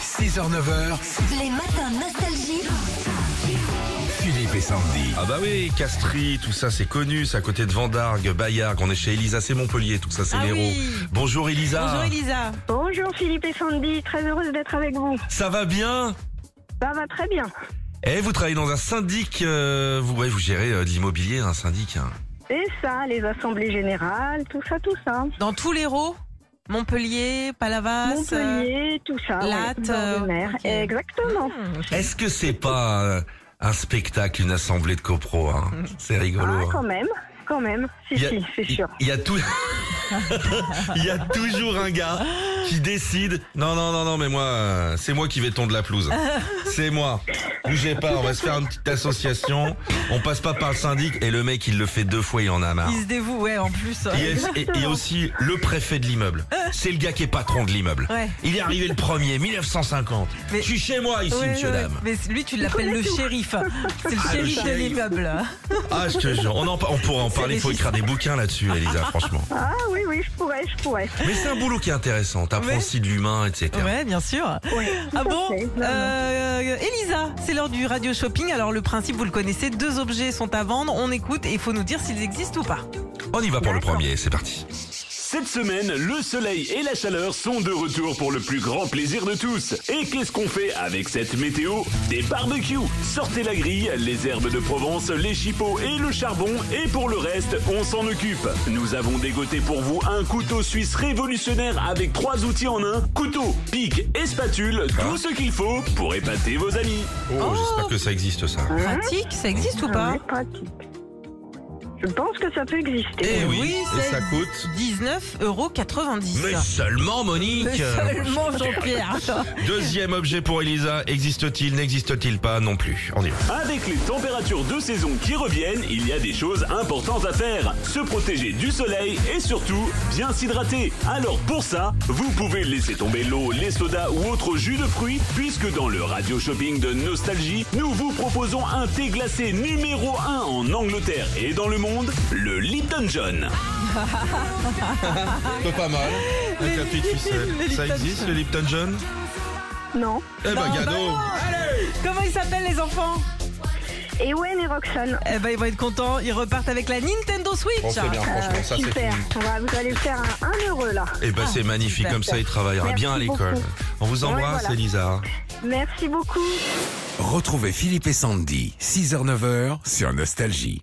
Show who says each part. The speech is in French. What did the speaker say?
Speaker 1: 6h-9h,
Speaker 2: Les matins nostalgie.
Speaker 1: Philippe et Sandy.
Speaker 3: Ah bah oui, Castries, tout ça c'est connu, c'est à côté de Vendargue, Bayard, on est chez Elisa, c'est Montpellier, tout ça c'est
Speaker 4: Ah
Speaker 3: l'héros.
Speaker 4: oui.
Speaker 3: Bonjour Elisa.
Speaker 4: Bonjour Elisa.
Speaker 5: Bonjour Philippe et Sandy, très heureuse d'être avec vous.
Speaker 3: Ça va bien
Speaker 5: Ça va très bien.
Speaker 3: Eh, vous travaillez dans un syndic, euh, vous, ouais, vous gérez euh, de l'immobilier, un syndic. hein.
Speaker 5: Et ça, les assemblées générales, tout ça, tout ça.
Speaker 4: Dans tous les rots, Montpellier, Palavas.
Speaker 5: Montpellier, tout ça. ouais,
Speaker 4: Latte,
Speaker 5: bord de
Speaker 4: Ah, euh,
Speaker 5: mer.
Speaker 4: ok.
Speaker 5: Exactement.
Speaker 4: euh, hmm.
Speaker 3: Est-ce que c'est pas euh, un spectacle, une assemblée de copro hein C'est rigolo.
Speaker 5: Ah,
Speaker 3: hein.
Speaker 5: quand même, quand même. Si,
Speaker 3: Il y a-
Speaker 5: si, c'est
Speaker 3: il-
Speaker 5: sûr.
Speaker 3: Il y a tout. Il y a toujours un gars qui décide. Non, non, non, non, mais moi, euh, c'est moi qui vais tondre la pelouse. C'est moi. Bougez pas, on va se faire une petite association. On passe pas par le syndic et le mec, il le fait deux fois, il en a marre.
Speaker 4: euh, Il se dévoue, ouais, en plus.
Speaker 3: Il y a- et- et aussi le préfet de l'immeuble. C'est le gars qui est patron de l'immeuble.
Speaker 4: Ouais.
Speaker 3: Il est arrivé le premier, 1950.
Speaker 4: Mais-
Speaker 3: Je suis chez moi ici,
Speaker 4: Ouais,
Speaker 3: monsieur,
Speaker 4: ouais,
Speaker 3: dame.
Speaker 4: Mais lui, tu l'appelles le shérif. C'est le
Speaker 3: Ah, le
Speaker 4: shérif de
Speaker 3: shérif.
Speaker 4: l'immeuble.
Speaker 3: Ah, je te jure. On, en, on pourra en parler, il faut écrire des bouquins là-dessus, Elisa, franchement.
Speaker 5: Ah oui, oui, je pourrais, je pourrais.
Speaker 3: Mais c'est un boulot qui est intéressant. T'apprends
Speaker 4: Ouais.
Speaker 3: aussi de l'humain, etc.
Speaker 4: Ouais, bien sûr.
Speaker 5: Oui, tout
Speaker 4: Ah
Speaker 5: à
Speaker 4: bon
Speaker 5: fait. Non, non.
Speaker 4: Euh, Elisa, c'est l'heure du radio shopping. Alors le principe, vous le connaissez, deux objets sont à vendre, on écoute et il faut nous dire s'ils existent ou pas.
Speaker 3: On y va pour le premier, c'est parti.
Speaker 6: Cette semaine, le soleil et la chaleur sont de retour pour le plus grand plaisir de tous. Et qu'est-ce qu'on fait avec cette météo Des barbecues Sortez la grille, les herbes de Provence, les chipots et le charbon, et pour le reste, on s'en occupe. Nous avons dégoté pour vous un couteau suisse révolutionnaire avec trois outils en un, couteau, pic et spatule, tout ce qu'il faut pour épater vos amis.
Speaker 3: Oh, j'espère que ça existe ça.
Speaker 4: Pratique, ça existe ou
Speaker 5: Hein Ah
Speaker 4: pas
Speaker 5: ouais, pratique. Je pense que ça peut exister.
Speaker 3: Eh oui,
Speaker 4: oui,
Speaker 3: et
Speaker 4: c'est-
Speaker 3: ça coûte
Speaker 4: 19,90 euros.
Speaker 3: Mais seulement Monique
Speaker 4: Mais seulement Jean-Pierre.
Speaker 3: Deuxième objet pour Elisa, existe-t-il, n'existe-t-il pas non plus On y va.
Speaker 6: Avec les températures de saison qui reviennent, il y a des choses importantes à faire. Se protéger du soleil et surtout bien s'hydrater. Alors pour ça, vous pouvez laisser tomber l'eau, les sodas ou autres jus de fruits, puisque dans le radio shopping de Nostalgie, nous vous proposons un thé glacé numéro 1 en Angleterre et dans le monde, le Lipton John.
Speaker 3: C'est pas mal. Avec la petite ficelle.
Speaker 4: le Lipton
Speaker 3: Ça existe
Speaker 4: John.
Speaker 3: le Lipton John
Speaker 5: Non.
Speaker 3: Eh ben
Speaker 4: Non, bah
Speaker 3: Gado
Speaker 4: non. Comment ils s'appellent les enfants
Speaker 5: Ewen et Roxane.
Speaker 4: Eh ben ils vont être contents, ils repartent avec la Nintendo Switch.
Speaker 3: Bon, Oh, c'est bien, franchement, ça c'est
Speaker 5: Super.
Speaker 3: fini.
Speaker 5: On va, vous allez me faire un, un heureux là.
Speaker 3: Eh ben c'est magnifique,
Speaker 4: Ah, super.
Speaker 3: comme ça il travaillera
Speaker 5: Merci
Speaker 3: bien à l'école.
Speaker 5: beaucoup.
Speaker 3: On vous embrasse
Speaker 5: Ouais, voilà.
Speaker 3: Elisa.
Speaker 5: Merci beaucoup.
Speaker 1: Retrouvez Philippe et Sandy, 6h-9h sur Nostalgie.